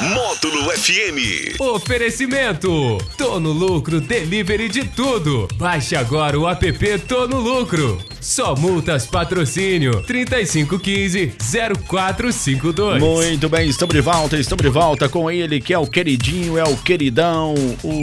Módulo FM. Oferecimento: Tô no lucro, delivery de tudo. Baixe agora o app Tô no lucro. Só multas patrocínio 3515 0452. Muito bem, estamos de volta, estamos de volta com ele que é o queridinho, é o queridão, o,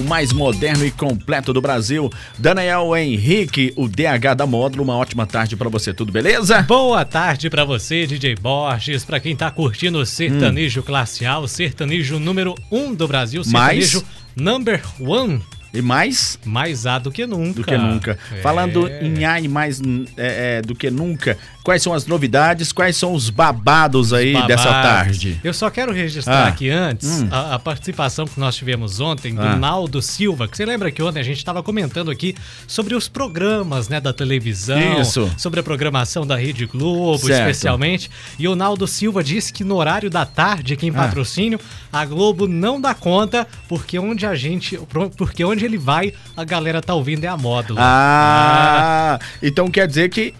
o mais moderno e completo do Brasil, Daniel Henrique, o DH da Módulo. Uma ótima tarde pra você, tudo beleza? Boa tarde pra você, DJ Borges, pra quem tá curtindo o Hum. sertanejo classe A, o sertanejo número 1 um do Brasil, Mais? sertanejo number one, E mais mais A do que nunca. do que nunca. É. Falando em AI mais hum, é, é, do que nunca, quais são as novidades, quais são os babados aí Babados. dessa tarde? Eu só quero registrar Ah. aqui antes a, a participação que nós tivemos ontem do Ah. Naldo Silva, que você lembra que ontem a gente estava comentando aqui sobre os programas né, da televisão, Isso. sobre a programação da Rede Globo, Certo. especialmente. E o Naldo Silva disse que no horário da tarde, Ah. aqui em patrocínio, a Globo não dá conta, porque onde a gente. Porque onde ele vai, a galera tá ouvindo é a módulo. Ah, então quer dizer que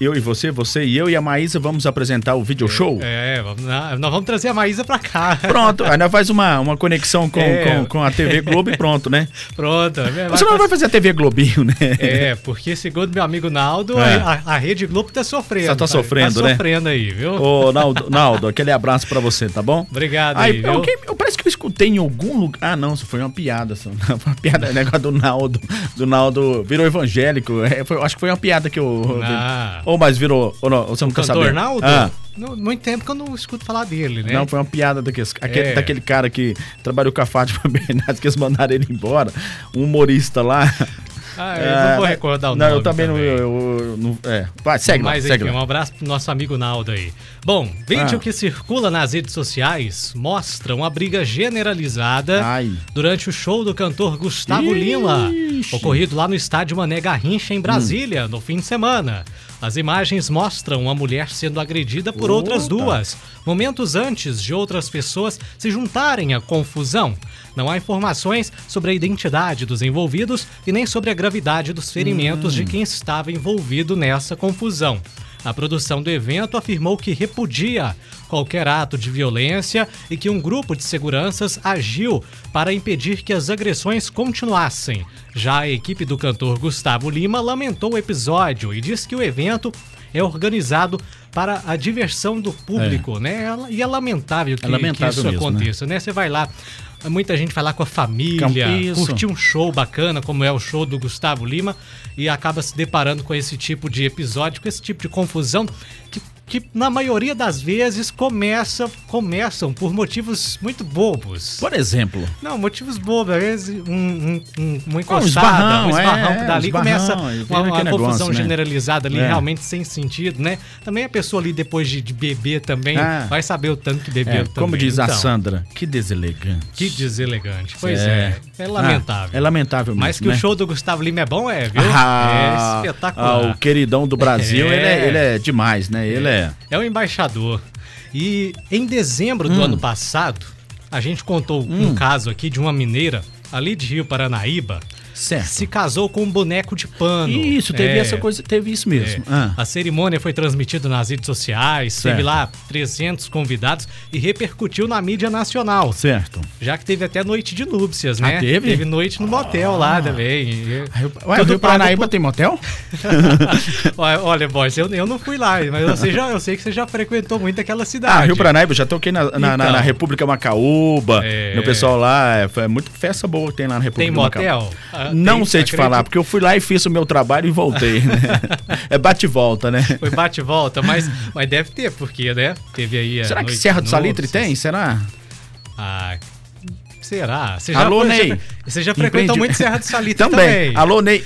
eu e você, você e eu e a Maísa vamos apresentar o video show? É, vamos- nós vamos trazer a Maísa pra cá. Pronto, aí nós faz uma, uma conexão com, É. com, com a TV Globo e pronto, né? Pronto. é, vai- Você não vai fazer a TV Globinho, né? É, porque segundo meu amigo Naldo, É. a, a Rede Globo tá sofrendo. Só tá sofrendo, né? sofrendo aí, viu? Ô, Naldo, Naldo, aquele abraço pra você, tá bom? Obrigado aí, Aí, viu? eu, que- eu- parece que eu escutei em algum lugar. Ah, não, isso foi uma piada. Só. Uma piada, o negócio do Naldo. Do Naldo virou evangélico. É, foi- eu acho que foi uma piada que eu. Ah. Ou mais virou. Ou não, você não quer Cantor saber. Naldo? Ah, Não- muito tempo que eu não escuto falar dele, né? Não, foi uma piada daquele, aquele, É. daquele cara que trabalhou com a Fátima Bernardes, que eles mandaram ele embora. Um humorista lá. Ah, eu não vou recordar o é, né? não, nome eu também, não. Eu, eu não- é. Vai, segue lá, Mas segue enfim, lá. um abraço pro nosso amigo Naldo aí. Bom, vídeo Ah. que circula nas redes sociais mostra uma briga generalizada Ai. durante o show do cantor Gustavo Ixi. Lima, ocorrido lá no estádio Mané Garrincha, em Brasília, no fim de semana. As imagens mostram uma mulher sendo agredida por outras Opa. duas, momentos antes de outras pessoas se juntarem à confusão. Não há informações sobre a identidade dos envolvidos e nem sobre a gravidade dos ferimentos de quem estava envolvido nessa confusão. A produção do evento afirmou que repudia qualquer ato de violência e que um grupo de seguranças agiu para impedir que as agressões continuassem. Já a equipe do cantor Gustavo Lima lamentou o episódio e diz que o evento é organizado para a diversão do público, né? E é lamentável que, É lamentável que isso mesmo, né? aconteça, né? Você vai lá, muita gente vai lá com a família, Isso. curtir um show bacana, como é o show do Gustavo Lima, e acaba se deparando com esse tipo de episódio, com esse tipo de confusão, que, que na maioria das vezes começa, começam por motivos muito bobos. Por exemplo. Não, motivos bobos. Às vezes, um, um, um, uma um encostada, um esbarrão, esbarrão, é, que é, dali esbarrão, começa e vira uma, uma aquele confusão negócio, né? generalizada ali, É. realmente sem sentido, né? Também a pessoa ali, depois de, de beber também, Ah. vai saber o tanto que é, bebeu também. como diz a Então, Sandra, que deselegante. Que deselegante. Pois é. É, lamentável. Ah, é lamentável mesmo. Mas que né? o show do Gustavo Lima é bom, é, viu? Ah, é espetacular. ah, o queridão do Brasil, É. Ele, é, ele é demais, né? Ele é. É o embaixador. E em dezembro Hum. do ano passado, a gente contou um caso aqui de uma mineira ali de Rio Paranaíba Certo. se casou com um boneco de pano. Isso, teve É, essa coisa, teve isso é. mesmo. Ah. A cerimônia foi transmitida nas redes sociais, Certo. teve lá 300 convidados e repercutiu na mídia nacional. Certo. Já que teve até noite de núpcias, Ah, né? teve? noite no motel lá também. E- Ué, Tudo Rio pago Paranaíba tem motel? Olha, olha boys, eu, eu não fui lá, mas você já, eu sei que você já frequentou muito aquela cidade. Ah, Rio Paranaíba, já toquei na, na, na- na Então. República Macaúba. É. No pessoal lá, é, é muito festa boa que tem lá na República Tem Macaúba. motel? Ah, Não tem- sei te acredito- falar, porque eu fui lá e fiz o meu trabalho e voltei. né? é bate e volta, né? Foi bate e volta, mas, mas deve ter, porque, né? Teve aí. a Será que noite Serra do de Salitre núpcias. tem? Será? Ah, será? Você Alô, foi- Ney. já- Você já frequentou Empreendi- muito Serra do Salitre também. também. Alô, Ney,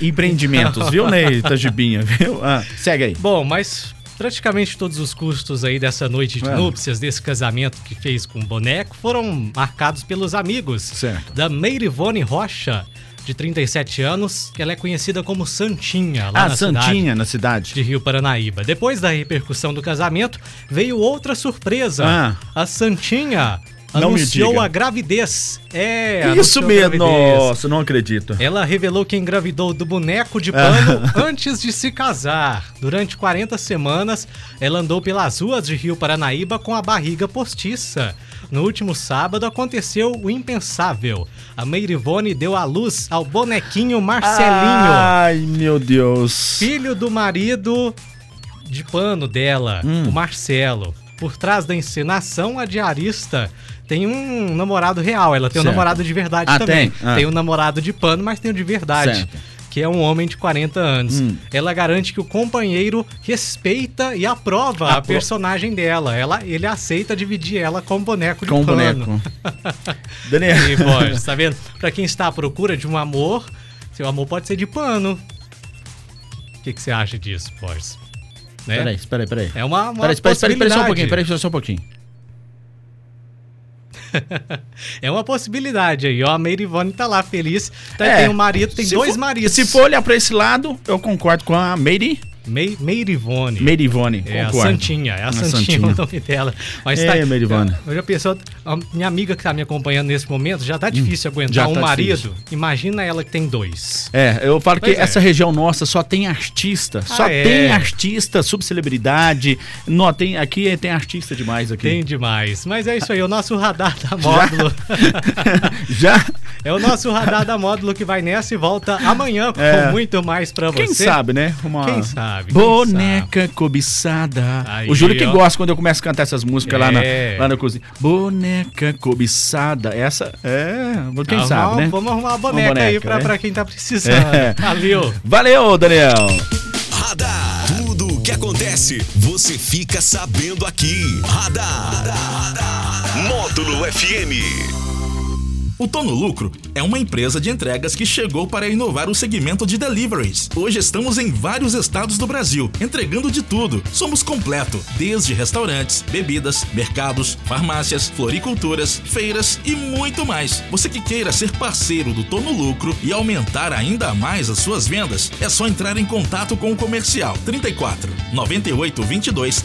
empreendimentos, viu, Ney Tajibinha, viu? Ah, segue aí. Bom, mas praticamente todos os custos aí dessa noite de É. núpcias, desse casamento que fez com o boneco, foram marcados pelos amigos Certo. da Meirivone Rocha, de 37 anos. Ela é conhecida como Santinha lá Ah, na cidade. Santinha, na cidade. de Rio Paranaíba. Depois da repercussão do casamento, veio outra surpresa. Ah. A Santinha Não me anunciou diga. a gravidez. É, Isso anunciou a mesmo. gravidez. Nossa, não acredito. Ela revelou que engravidou do boneco de Ah. pano antes de se casar. Durante 40 semanas, ela andou pelas ruas de Rio Paranaíba com a barriga postiça. No último sábado aconteceu o impensável. A Meirivone deu à luz ao bonequinho Marcelinho, Ai, meu Deus. filho do marido de pano dela, Hum. o Marcelo. Por trás da encenação, a diarista tem um namorado real. Ela tem um Certo. namorado de verdade Ah, também. tem? Ah. um namorado de pano, mas tem um de verdade. Certo. Que é um homem de 40 anos. Hum. Ela garante que o companheiro respeita e aprova a Apro- personagem dela. Ela, ele aceita dividir ela com o boneco de Com o pano. boneco. Daniel. E, Borges, tá vendo? Pra quem está à procura de um amor, seu amor pode ser de pano. O que, que você acha disso, Borges? Né? Peraí, espera aí, peraí. É uma, uma Peraí, espera, espera, possibilidade. espera só um pouquinho, peraí só um pouquinho. É uma possibilidade aí, ó. A Meire Ivone tá lá feliz. Tá, É, tem um marido, tem se dois for- maridos. Se for olhar pra esse lado, eu concordo com a Meire, Mei, Meire Ivone. Meire Ivone. É a concordo. Santinha, é a, A Santinha, Santinha. o nome dela. Mas É, tá, Merivana. Eu já pensou, a minha amiga que tá me acompanhando nesse momento, já tá difícil já aguentar um tá marido. difícil. Imagina ela que tem dois. É, eu falo que Pois é. essa região nossa só tem artista, só Ah, é. tem artista, subcelebridade. Não, tem aqui tem artista demais aqui. Tem demais. Mas é isso aí, o nosso radar da módulo. Já é o nosso radar da módulo que vai nessa e volta amanhã com É. muito mais pra você. quem sabe, né? Uma Quem sabe? quem boneca cobiçada. Aí, o Júlio que ó. gosta quando eu começo a cantar essas músicas lá na É. lá na cozinha. Boneca cobiçada. Essa é, quem Arrumar- sabe, né? Tá Vamos arrumar uma boneca, aí boneca, pra, né? pra quem tá precisando. É. Valeu! Valeu, Daniel. Radar. Tudo o que acontece, você fica sabendo aqui. Radar. Módulo FM. O Tono Lucro é uma empresa de entregas que chegou para inovar o segmento de deliveries. Hoje estamos em vários estados do Brasil, entregando de tudo. Somos completo, desde restaurantes, bebidas, mercados, farmácias, floriculturas, feiras e muito mais. Você que queira ser parceiro do Tono Lucro e aumentar ainda mais as suas vendas, é só entrar em contato com o comercial 34 98 22